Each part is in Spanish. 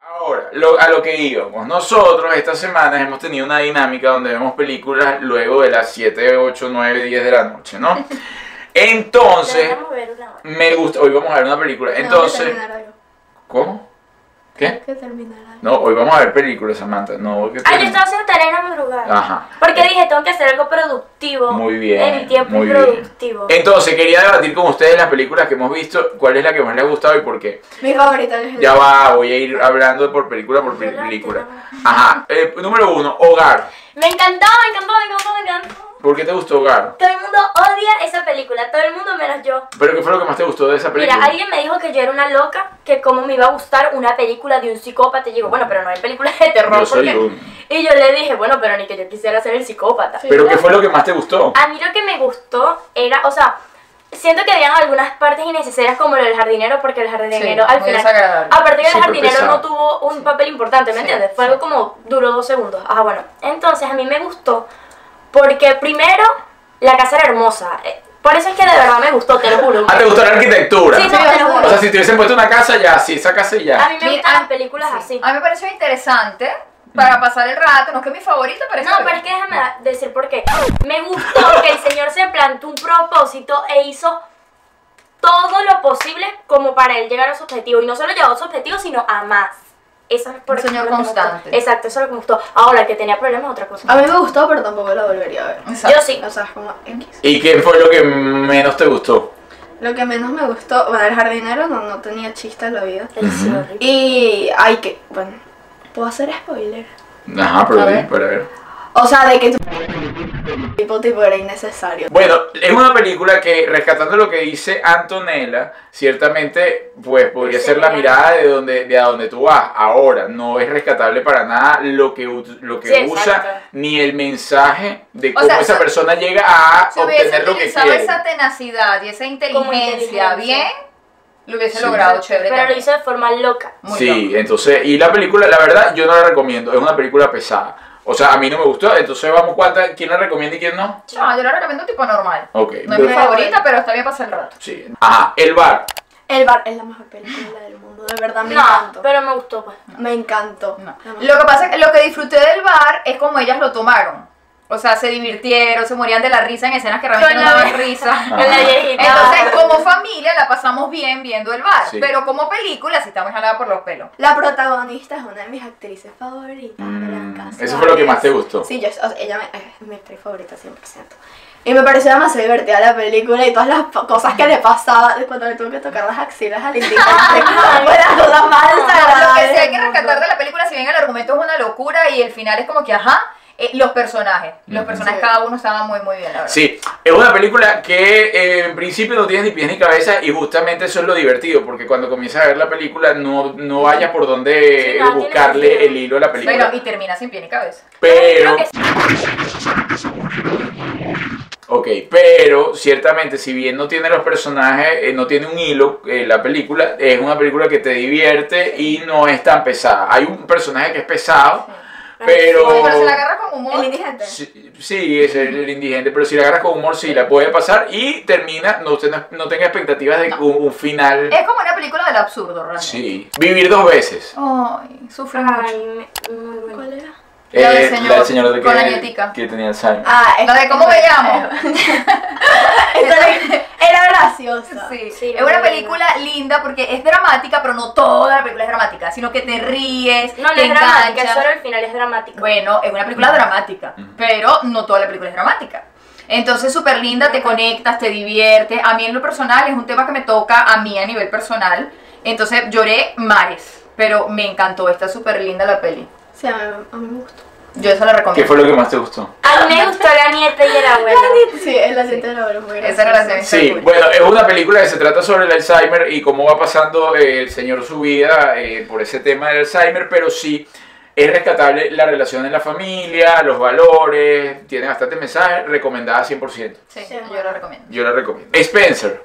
Ahora, lo- a lo que íbamos. Nosotros estas semanas hemos tenido una dinámica donde vemos películas luego de las 7, 8, 9, 10 de la noche, ¿no? Entonces, Vamos a ver una hora. me gusta. Hoy vamos a ver una película. Entonces, Tengo que terminar algo. ¿cómo? ¿Qué? Tengo que terminar algo. No, hoy vamos a ver películas, Samantha. No, que Ay, Ah, yo termine. estaba haciendo tarea en la madrugada. Ajá. Eh, Porque dije, tengo que hacer algo productivo. Muy bien. En mi tiempo muy bien. Eh, productivo. Entonces, quería debatir con ustedes las películas que hemos visto, cuál es la que más les ha gustado y por qué. Mi favorita es el Ya va, voy a ir hablando por película por película. Ajá. Eh, número uno, Hogar. Me encantó, me encantó, me encantó, me encantó. ¿Por qué te gustó Hogar? Todo el mundo odia esa película, todo el mundo menos yo. ¿Pero qué fue lo que más te gustó de esa película? Mira, alguien me dijo que yo era una loca, que cómo me iba a gustar una película de un psicópata. Y digo, bueno, pero no hay películas de terror. Yo soy porque- un- Y yo le dije, bueno, pero ni que yo quisiera ser el psicópata. ¿Pero qué fue lo que más te gustó? A mí lo que me gustó era, o sea, siento que habían algunas partes innecesarias como lo del jardinero, porque el jardinero al muy final. desagradable. Aparte que el Súper jardinero pesado. no tuvo un papel importante, ¿me Sí, entiendes? Fue algo como duró dos segundos. Ajá, bueno. Entonces a mí me gustó porque primero la casa era hermosa. Eh, Por eso es que de verdad me gustó, te lo juro. Ah, ¿te gustó la arquitectura? Sí, no, te lo O juro. sea, si te hubiesen puesto una casa, ya, sí, esa casa y A ya. mí me Mira, gustan ah, las películas así. A mí me pareció interesante para Mm. pasar el rato. No es que es mi favorita, pero es Pues No, que- pero es que déjame da- decir por qué. Me gustó que el señor se plantó un propósito e hizo todo lo posible como para él llegar a su objetivo. Y no solo llegó a su objetivo, sino a más. Eso es por Un señor lo que me gustó. constante. Exacto, eso es lo que me gustó. Ahora, el que tenía problemas es otra cosa. A mí me gustó, pero tampoco la volvería a ver. Exacto. Yo sí. O sea, es como X. ¿Y qué fue lo que menos te gustó? Lo que menos me gustó, bueno, el jardinero no, no tenía chiste en la vida. El señor. Y hay que, bueno, puedo hacer spoiler. Ajá, pero A di, ver. para ver. O sea, de que tu tipo, tipo era innecesario. Bueno, es una película que, rescatando lo que dice Antonella, ciertamente, pues podría ser la mirada de donde de a donde tú vas. Ahora, no es rescatable para nada lo que, ut- lo que Sí, exacto. usa, ni el mensaje de O cómo sea, esa si- persona llega a Si hubiese obtener lo que utilizado quiere. esa tenacidad y esa inteligencia inteligencia. bien, lo hubiese Sí. logrado chévere. Pero lo también. hizo de forma loca. Muy sí, loco. entonces, y la película, la verdad, yo no la recomiendo, es una película pesada. O sea, a mí no me gustó, entonces vamos cuánta, quién la recomienda y quién no. No, yo la recomiendo tipo normal. Ok. No es mi Pero- favorita, pero está bien pasar el rato. Sí. Ajá, El Bar. El bar es la mejor película del mundo, de verdad me No, encantó. pero me gustó. pues. Me encantó. No. La mejor. Lo que pasa es que lo que disfruté del bar es como ellas lo tomaron. O sea, se divirtieron, se morían de la risa en escenas que realmente Con no la- daban risa. En la viejita. Ah. Entonces, como familia la pasamos bien viendo el bar, Sí. pero como película sí estamos jalada por los pelos. La protagonista es una de mis actrices favoritas. Mm, Blanca eso fue lo que más te gustó. Sí, yo, o sea, ella me- es mi actriz favorita 100%. Y me pareció demasiado divertida la película y todas las po- cosas que le pasaba cuando le tuve que tocar las axilas al indicante. fue la cosa más Lo que desagradable sí hay que del mundo. rescatar de la película, si bien el argumento es una locura y el final es como que, ajá, eh, los personajes. Los Ujú. personajes Sí. cada uno estaban muy, muy bien, la verdad. Sí, es una película que eh, en principio no tienes ni pies ni cabeza y justamente eso es lo divertido, porque cuando comienzas a ver la película no, no vayas por donde Sí, nada, tiene buscarle sentido. el hilo a la Pero, película. y termina sin pie ni cabeza. Pero, Creo que sí. ok, pero ciertamente si bien no tiene los personajes, eh, no tiene un hilo eh, la película, es una película que te divierte y no es tan pesada. Hay un personaje que es pesado, pero... Pero se la agarra con humor. El indigente. Sí, sí, es el, el indigente, pero si la agarras con humor, sí, la puede pasar y termina, no, ten- no tenga expectativas de un, un final. Es como una película del absurdo, realmente. Sí. Vivir dos veces. Ay, sufre mucho. Ay, me- muy bueno. ¿Cuál era? La del Eh, señor la del señor de con la que- nietica. que tenía Alzheimer. Ah, La de cómo me llamo. Esa Era graciosa. Sí. Sí, es muy una linda. película linda porque es dramática, pero no toda la película es dramática, sino que te ríes, No, no te es dramática, engancha. solo el final es dramático. Bueno, es una película dramática, Ujú. pero no toda la película es dramática. Entonces, súper linda, te conectas, te diviertes. A mí en lo personal es un tema que me toca a mí a nivel personal. Entonces, lloré mares, pero me encantó, está súper linda la peli. Sí, a mí, a mí me gustó. Yo esa la ¿Qué recomiendo. fue lo que más te gustó? A mí me gustó la nieta y el abuelo. Sí, el asiento de la hora es muy gracioso. Esa era la serie. Sí, bueno, es una película que se trata sobre el Alzheimer y cómo va pasando eh, el señor su vida eh, por ese tema del Alzheimer, pero sí es rescatable la relación en la familia, los valores, tiene bastante mensaje, recomendada 100%. Sí, Sí, yo la recomiendo. Yo la recomiendo. Spencer,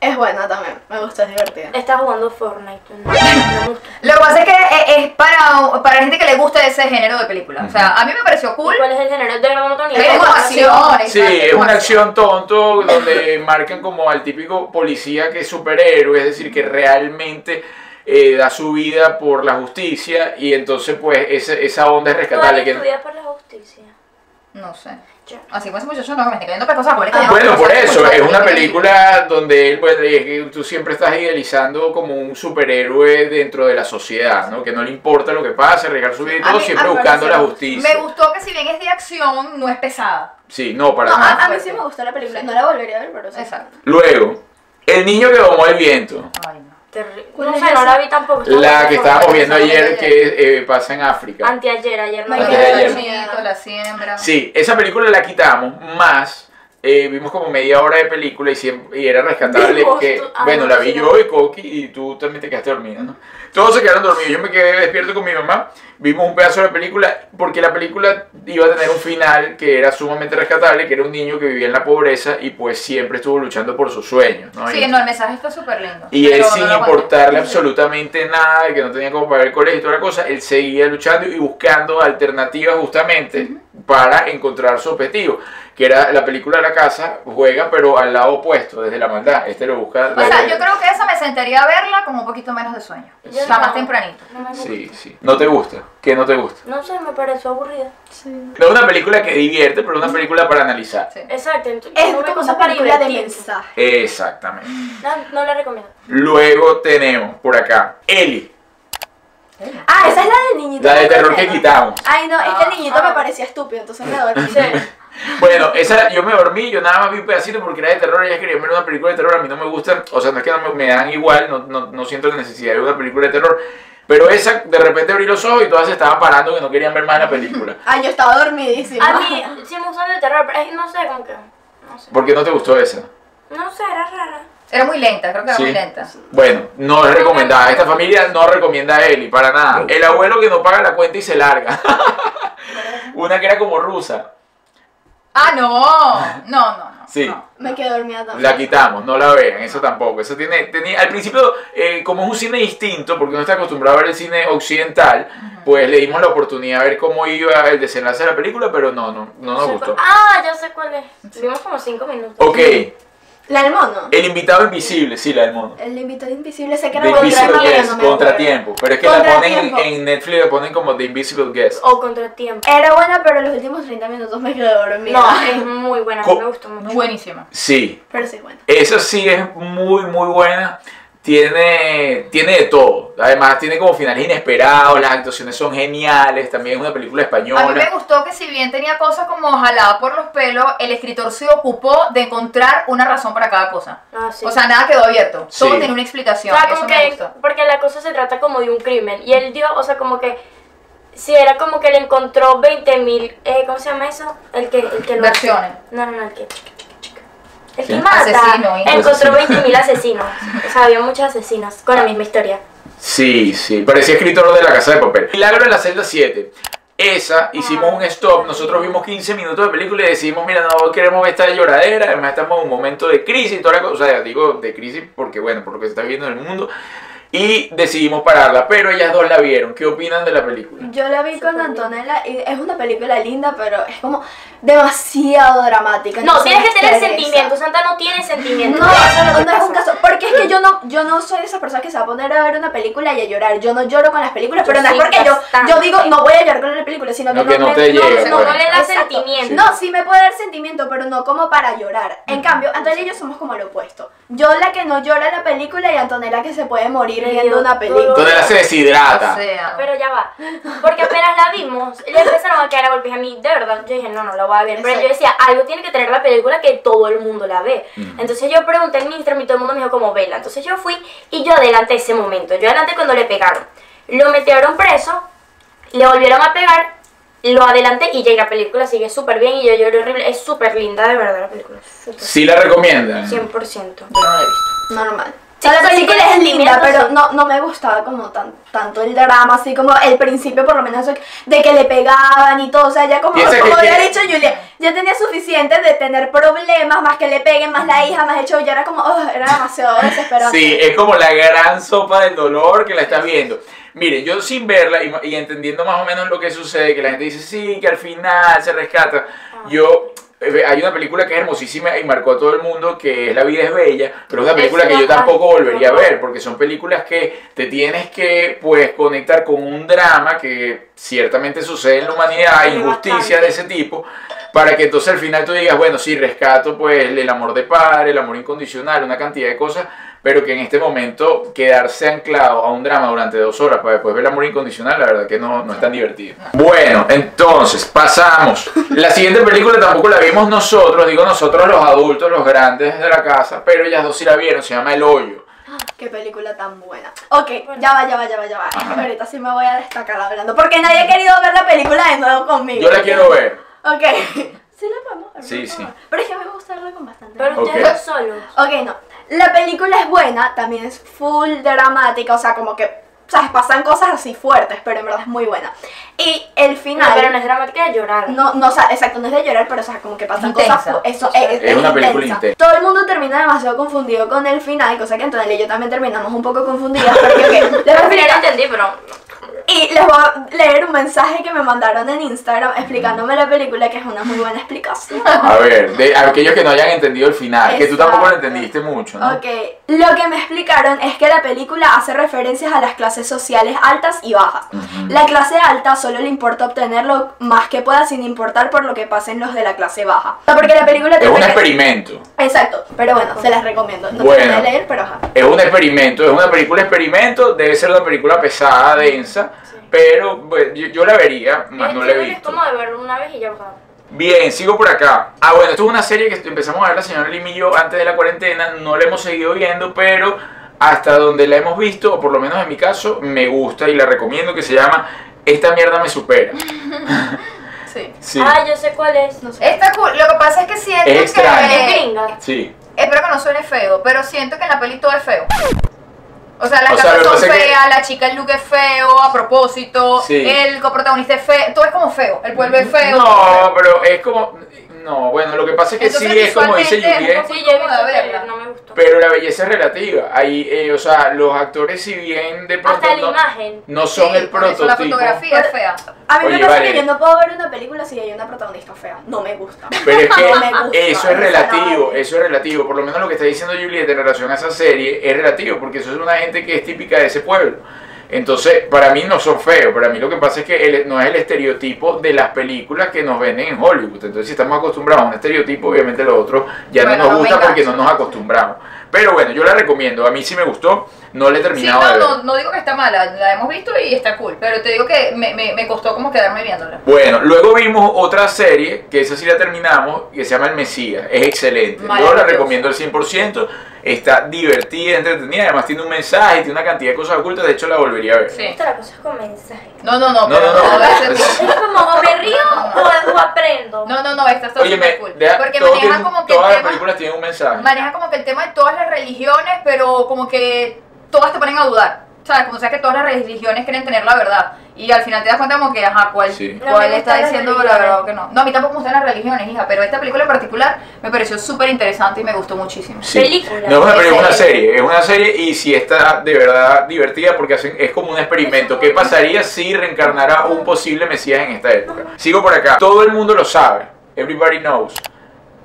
Es buena también, me gusta, es divertida. Está jugando Fortnite. No, no me gusta. Lo que pasa es que eh, es para, para gente que le gusta ese género de película. O sea, a mí me pareció cool. ¿Y ¿Cuál es el género? De la monotonía. Es como acción. sí, exacto, es como una acción tonto donde marcan como al típico policía que es superhéroe, es decir, que realmente eh, da su vida por la justicia y entonces pues ese- esa onda es rescatable. Todavía que- estudias por la justicia. No sé. Yo. Así como ese muchacho no me está cayendo para cosas buenas. que yo no Bueno, conozco, Ah, por eso, mucho, es una pero- película donde él, pues, es que tú siempre estás idealizando como un superhéroe dentro de la sociedad, ¿no? Que no le importa lo que pase, arriesgar su vida y A todo, mí- siempre a mí me buscando la pareció- justicia. Me gustó que si bien es de acción, no es pesada. Sí, no, para No, nada. a, a mí sí me gustó la película, no la volvería a ver, pero sí. Exacto. Luego, El niño que domó el viento, Ay, no. Terrible. ¿Cuál No es sé, no esa? la vi tampoco. estaba la que jugando estábamos Fortnite. viendo esa no la ayer vi que eh, pasa en África. Anteayer, ayer no. Ay, La Antes de queda ayer. dormido, la siembra. Sí, esa película la quitamos, más eh, vimos como media hora de película y, siem- y era rescatable Vimos que, tú- ah, bueno, no, la sí, vi no. yo y Coqui y tú también te quedaste dormida, ¿no? Todos se quedaron dormidos, yo me quedé despierto con mi mamá, vimos un pedazo de la película porque la película iba a tener un final que era sumamente rescatable, que era un niño que vivía en la pobreza y pues siempre estuvo luchando por sus sueños, ¿no? Sí, Y- no, el mensaje está súper lindo. y pero él no sin lo aguanté. importarle absolutamente nada, de que no tenía como pagar el colegio y toda la cosa, él seguía luchando y buscando alternativas justamente para encontrar su objetivo, que era la película La Casa, juega pero al lado opuesto, desde la maldad, este lo busca... O sea, yo creo que esa me sentaría a verla con un poquito menos de sueño. Yo O sea, no. más tempranito. No me gusta. Sí, sí. ¿No te gusta? ¿Qué no te gusta? No sé, me pareció aburrida. Sí. No es una película que divierte, pero una película para analizar. Sí. Exacto. entonces, Es no me como gusta una para película de divertirse. mensaje. Exactamente. No, no la recomiendo. Luego tenemos por acá Eli, Ah, esa es la del niñito. la de ¿no? terror que quitamos. Ay, no, es que el niñito Ah. me parecía estúpido, entonces me dormí. Bueno, esa yo me dormí, yo nada más vi un pedacito porque era de terror, ella quería ver una película de terror, a mí no me gustan, o sea, no es que no me, me dan igual, no, no, no siento la necesidad de ver una película de terror, pero esa de repente abrí los ojos y todas se estaban parando que no querían ver más la película. Ay, Ah, yo estaba dormidísima. A mí sí me gustó de terror, pero es- no sé, como que... No sé. ¿Por qué no te gustó esa? No sé, era rara. Era muy lenta, creo que era Sí. muy lenta. Bueno, no es recomendada, esta familia no recomienda a Eli para nada. El abuelo que no paga la cuenta y se larga. una que era como rusa, Ah, no. No, no, no. sí. no. Me quedé dormida también. La quitamos, no la vean, eso tampoco. Eso tiene, tenía, al principio, eh, como es un cine distinto, porque uno está acostumbrado a ver el cine occidental, pues le dimos la oportunidad de ver cómo iba el desenlace de la película, pero no, no, no nos sé gustó. cuál- Ah, ya sé cuál es. Vimos como 5 minutos. Ok, La del mono. el invitado invisible, sí, la del mono. El invitado invisible sé The que era contra Invisible el mono, Guest, no me acuerdo. contratiempo. Pero es que la ponen Contratiempo. en Netflix, la ponen como The Invisible Guest. O Contratiempo. Era buena, pero los últimos 30 minutos me quedé dormida. No, es muy buena, a mí Co- me gustó mucho. Buenísima. Sí, Pero sí, bueno. Esa sí es muy, muy buena. Tiene, tiene de todo. Además, tiene como finales inesperados. Las actuaciones son geniales. También es una película A mí me española. gustó que si bien tenía cosas como jalada por los pelos, el escritor se ocupó de encontrar una razón para cada cosa. Ah, sí. O sea, nada quedó abierto. Sí. Todo tiene una O explicación. sea, Eso como me que, gustó. porque la cosa se trata como de un crimen. Y él dio, o sea, como que, si era como que le encontró 20 mil, eh, ¿cómo se llama eso? El que, el que lo... Versiones. No, no, no, el que... El que Sí. mata. Asesino, ¿eh? Encontró Asesino. 20 mil asesinos. O sea, había muchos asesinos con la misma historia. Sí, sí. Parecía escritor de La Casa de Papel. Milagro en la celda 7. Esa, hicimos un stop. Nosotros vimos 15 minutos de película y decidimos, mira, no queremos ver esta lloradera. Además, estamos en un momento de crisis y toda la cosa. O sea, digo de crisis porque, bueno, por lo que se está viviendo en el mundo. y decidimos pararla, pero ellas dos la vieron. ¿Qué opinan de la película? Yo la vi con Antonella y es una película linda, pero es como demasiado dramática. No, entonces tienes me que tener estresa. sentimiento. Santa no tiene No, sentimiento. eso no, no es un caso. Porque es que yo no, yo no soy esa persona que se va a poner a ver una película y a llorar. Yo no lloro con las películas, Yo pero no es sí, porque yo, bastante. yo digo no voy a llorar con la película, sino No, que, que no te me- llega, me- pues. No le da Exacto. sentimiento. No, sí me puede dar sentimiento, pero no como para llorar. En cambio, Antonella y yo somos como lo opuesto. Yo la que no llora en la película y Antonella que se puede morir Y viendo yo una todo- película. Entonces ella se deshidrata. O sea, Pero ya va. Porque apenas la vimos, le empezaron a caer a golpes a mí. De verdad, yo dije, no, no la voy a ver. Pero yo decía, algo tiene que tener la película que todo el mundo la ve. Entonces yo pregunté en mi Instagram y todo el mundo me dijo, como vela? Entonces yo fui y yo adelanté ese momento. Yo adelanté cuando le pegaron. Lo metieron preso, le volvieron a pegar, lo adelanté y llega la película, sigue súper bien y yo lloré horrible. Es súper linda, de verdad, la película. Súper, Sí la recomiendan. 100%. yo no la he visto. Normal. Sí, O sea, la sí, sí, película tiene es linda, sentimientos, pero sí. no, no me gustaba como tan, tanto el drama, así como el principio por lo menos eso de que le pegaban y todo. O sea, ya como, Piensa que como había tiene- dicho Julia, ya tenía suficiente de tener problemas, más que le peguen, más la hija, más el show, ya era como, oh, era demasiado desesperante. Sí, eh. es como la gran sopa del dolor que la estás viendo. Mire, yo sin verla y, y entendiendo más o menos lo que sucede, que la gente dice, sí, que al final se rescata. Yo, eh, hay una película que es hermosísima y marcó a todo el mundo, que es La vida es bella, pero es una película Es que yo una tampoco maravilla. volvería a ver, porque son películas que te tienes que, pues, conectar con un drama que ciertamente sucede en la humanidad, Sí, injusticia de ese tipo, para que entonces al final tú digas, bueno, sí, rescato pues el amor de padre, el amor incondicional, una cantidad de cosas, pero que en este momento quedarse anclado a un drama durante dos horas para después ver el amor incondicional, la verdad que no, no es tan divertido. Bueno, entonces, pasamos. La siguiente película tampoco la vimos nosotros, digo nosotros los adultos, los grandes de la casa, pero ellas dos sí la vieron, se llama El Hoyo. Qué película tan buena. Ok, ya va, ya va, ya va, ya va. Ahorita sí me voy a destacar hablando, porque nadie ha querido ver la película de nuevo conmigo. Yo la quiero ver. Ok. Sí la podemos ver, Sí, por favor. sí. Pero es que me gusta verla con bastante. Pero ustedes Ok. dos solos. Ok, no. La película es buena, también es full dramática, o sea, como que, ¿sabes? Pasan cosas así fuertes, pero en verdad es muy buena. Y el No, final... pero no es dramática de llorar. No, no, o sea, exacto, no es de llorar, pero o sea, como que pasan Intensa. cosas. fu- Eso, O sea, es, es una película intensa. Todo el mundo termina demasiado confundido con el final, cosa que Antonella y yo también terminamos un poco confundidas. Porque, ok, les voy a Al final explicar- entendí, pero y les voy a leer un mensaje que me mandaron en Instagram explicándome la película, que es una muy buena explicación. A ver, de aquellos que no hayan entendido el final, que tú tampoco lo Exacto. entendiste mucho, ¿no? Ok, lo que me explicaron es que la película hace referencias a las clases sociales altas y bajas. La clase alta solo le importa obtener lo más que pueda sin importar por lo que pasen los de la clase baja. O sea, Porque la película Es trata un que- experimento. Exacto, pero bueno, se las recomiendo. No Bueno. te voy leer, pero ajá. Es un experimento, es una película experimento, debe ser una película pesada, densa, pero bueno, yo, yo la vería, más es no la he chévere, Es visto. como de verlo una vez y ya va. Bien, sigo por acá. Ah, bueno, esto es una serie que empezamos a ver la señora Lim y yo antes de la cuarentena, no la hemos seguido viendo, pero hasta donde la hemos visto, o por lo menos en mi caso, me gusta y la recomiendo, que se llama Esta mierda me supera. Sí. Sí, Ah, yo sé cuál es. No sé. Está cool. Lo que pasa es que siento Es que. extraño. Es gringa. sí. Espero que no suene feo, pero siento que en la peli todo es feo. O sea, las O sea, casas lo que son pasa es que- feas, la chica el look es feo, a propósito, Sí. el coprotagonista es feo, todo es como feo, el pueblo es feo. No, pero es como... No, bueno, lo que pasa es que Entonces, sí, es como dice visualmente es Juliet. un poco Sí, yo he visto cómoda el verla. trailer, no me gustó. Pero la belleza es relativa. Ahí, eh, o sea, los actores, si bien de pronto. Hasta la no, imagen. no son Sí, el por eso prototipo. La fotografía es fea. A mí Oye, me pasa vale. que yo no puedo ver una película si hay una protagonista fea. No me gusta. Pero es No me gusta, que eso es no relativo, sabe. eso es relativo. Por lo menos lo que está diciendo Juliet en relación a esa serie es relativo, porque eso es una gente que es típica de ese pueblo. Entonces, para mí no son feos, para mí lo que pasa es que el- no es el estereotipo de las películas que nos venden en Hollywood. Entonces, si estamos acostumbrados a un estereotipo, obviamente lo otro ya Bueno, no no nos me gusta porque no engancha. nos acostumbramos. Pero bueno, yo la recomiendo, a mí sí me gustó, no le he Sí, terminado no, de ver. no, no digo que está mala, la hemos visto y está cool, pero te digo que me, me, me costó como quedarme viéndola. Bueno, luego vimos otra serie, que esa sí la terminamos, que se llama El Mesías. Es excelente. Yo la Maravilloso. recomiendo al 100%. Está divertida, entretenida. Además tiene un mensaje, tiene una cantidad de cosas ocultas. De hecho, la volvería a ver. Sí. Esta la cosa es con mensaje. No, no, No, no, pero no, no. no, ese tipo. Es como o me río o, o aprendo. No, no, no, esta está Oye, súper me, cool. deja- Porque todo maneja tiene- como que el todas las tema. películas tienen un mensaje. maneja como que el tema de todas las religiones, pero como que todas te ponen a dudar. ¿Sabes? Como sea que todas las religiones quieren tener la verdad. Y Y al final te das cuenta como que, ajá, ¿cuál, Sí. No cuál me está gustan las diciendo la religiones. verdad o que no? No, a mí tampoco me gustan las religiones, hija, pero esta película en particular me pareció súper interesante y me gustó muchísimo. Sí. Película. No es una Es película, es una serie. serie. Es una serie y si está de verdad divertida porque hacen, es como un experimento. ¿Qué pasaría si reencarnara un posible Mesías en esta época? Sigo por acá. Todo el mundo lo sabe. Everybody knows.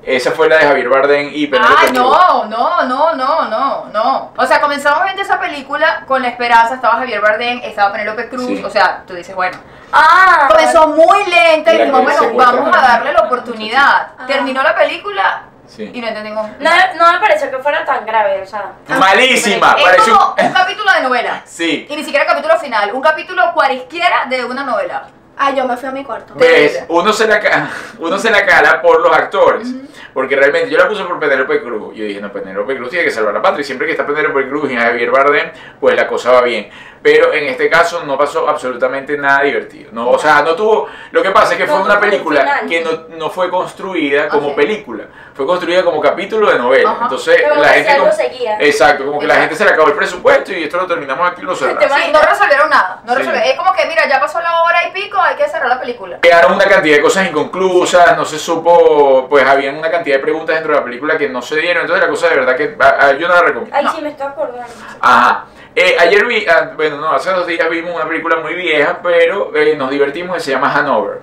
Esa fue la de Javier Bardem y Penélope Ah, Cruz. no, no, no, no, no, no. O sea, comenzamos viendo esa película con la esperanza, estaba Javier Bardem, estaba Penélope Cruz, Sí. o sea, tú dices, bueno, Ah, comenzó muy lenta y Mira, dijimos, que se bueno, cuesta, vamos ¿no? a darle la oportunidad. Ah. Terminó la película Sí. y no entendimos. no, no me pareció que fuera tan grave, o sea. Malísima. Es Pareció... como un capítulo de novela. Sí. Y ni siquiera capítulo final, un capítulo cualquiera de una novela. Ah, yo me fui a mi cuarto. ¿Ves? Pues, Uno se, la ca- uno se la cala por los actores. Porque realmente yo la puse por Penélope Cruz. Yo dije, no, Penélope Cruz tiene que salvar la patria. Y siempre que está Penélope Cruz y Javier Bardem, pues la cosa va bien. Pero en este caso no pasó absolutamente nada divertido. No, o sea, no tuvo. Lo que pasa es que No fue una tuvo un película final. que no, no fue construida como Ok. película. Fue construida como capítulo de novela. Ajá. Entonces Pero Eh, la gente. eh, que si algo como- seguía. Exacto, como que la Exacto. gente se le acabó el presupuesto y esto lo terminamos aquí y lo cerramos. Te va- Sí, no resolvieron nada. No Sí. resolvieron. Es como que, mira, ya pasó la hora y pico, hay que cerrar la película. Quedaron una cantidad de cosas inconclusas, no se supo, pues habían una cantidad de preguntas dentro de la película que no se dieron, entonces la cosa de verdad que ah, ah, yo no la recomiendo. Ay, No. sí, me estoy acordando. Ajá. Eh, ayer vi, ah, bueno, no, hace dos días vimos una película muy vieja, pero eh, nos divertimos y se llama Hanover,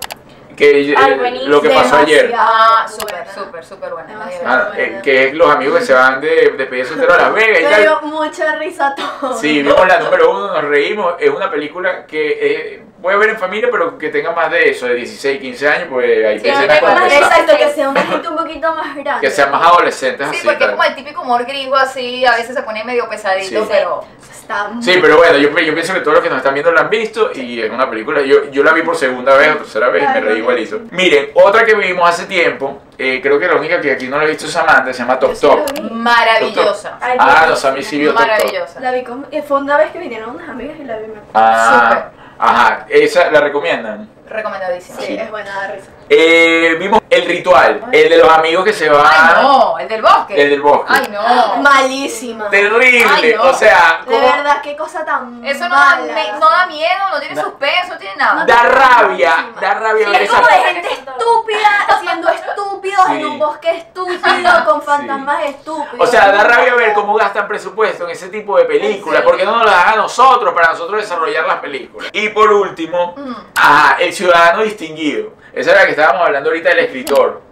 que eh, Ay, buenísimo. lo que pasó ayer. Ah, súper, súper, súper, súper buena. Demasiado. Nadie- Ah, eh, que es los amigos que se van de despedida soltero a Las Vegas y Me tal. dio mucha risa todo. Sí, vimos la número uno, nos reímos. Es una película que eh, puede ver en familia, pero que tenga más de eso, de 16, 15 años, pues ahí Sí, te no escenas te con conozco. cosas. Exacto, que sea una gente un poquito más grande. Que sean más adolescentes Sí, así. porque es tal. como el típico humor gringo así, a veces se pone medio pesadito, Sí. pero... Está muy- Sí, pero bueno, yo, yo pienso que todos los que nos están viendo la han visto y es una película, yo, yo la vi por segunda vez o tercera vez y me Ay, reí no. igualito. Miren, otra que vimos hace tiempo, eh, creo que la única que aquí no la he visto es Samantha, se llama Yo Top sí Top. lo vi. Maravillosa. Ay, Ah, Dios. no, Sammy sí vio Top Top. Maravillosa. La vi con- eh, Fue una vez que vinieron unas amigas y la vi. Me... Ah, ajá, esa la recomiendan. Recomendadísima. Sí, es buena da risa. Eh, vimos El Ritual, el de los amigos que se van, Ay, no, el del bosque. Ah. el del bosque. Ay, no. Malísima. De Terrible, Ay, no. o sea, como- verdad, qué cosa tan Eso no da, mala. me- no da miedo, no tiene Da- suspenso, no tiene nada. da rabia, da rabia ver Es esa como de esa- gente estúpida, siendo estúpidos en Sí. un bosque estúpido, con Sí. fantasmas estúpidos. O sea, da rabia ver cómo gastan presupuesto en ese tipo de películas, Sí. porque no nos las dan a nosotros para nosotros desarrollar las películas. Y por último, Mm. ah, el ciudadano distinguido. Esa era la que estábamos hablando ahorita del escritor.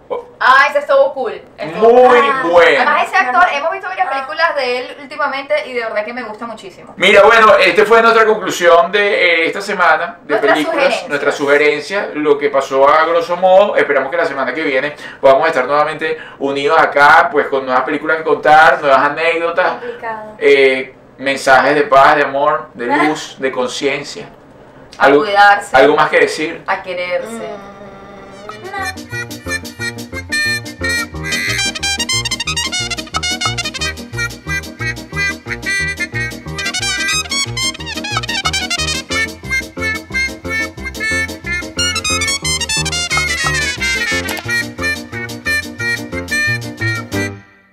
Ah, ese estuvo cool. Estuvo Muy Ah. bueno. Además, ese Bueno. actor, hemos visto varias Ah. películas de él últimamente y de verdad que me gusta muchísimo. Mira, bueno, esta fue nuestra conclusión de eh, esta semana de Nuestras películas, sugerencias. nuestra sugerencia, lo que pasó a grosso modo. Esperamos que la semana que viene podamos estar nuevamente unidos acá, pues con nuevas películas que contar, nuevas anécdotas, Complicado. eh, mensajes de paz, de amor, de luz, de conciencia. A Algo- cuidarse, ¿Algo más que decir? a quererse. Mm.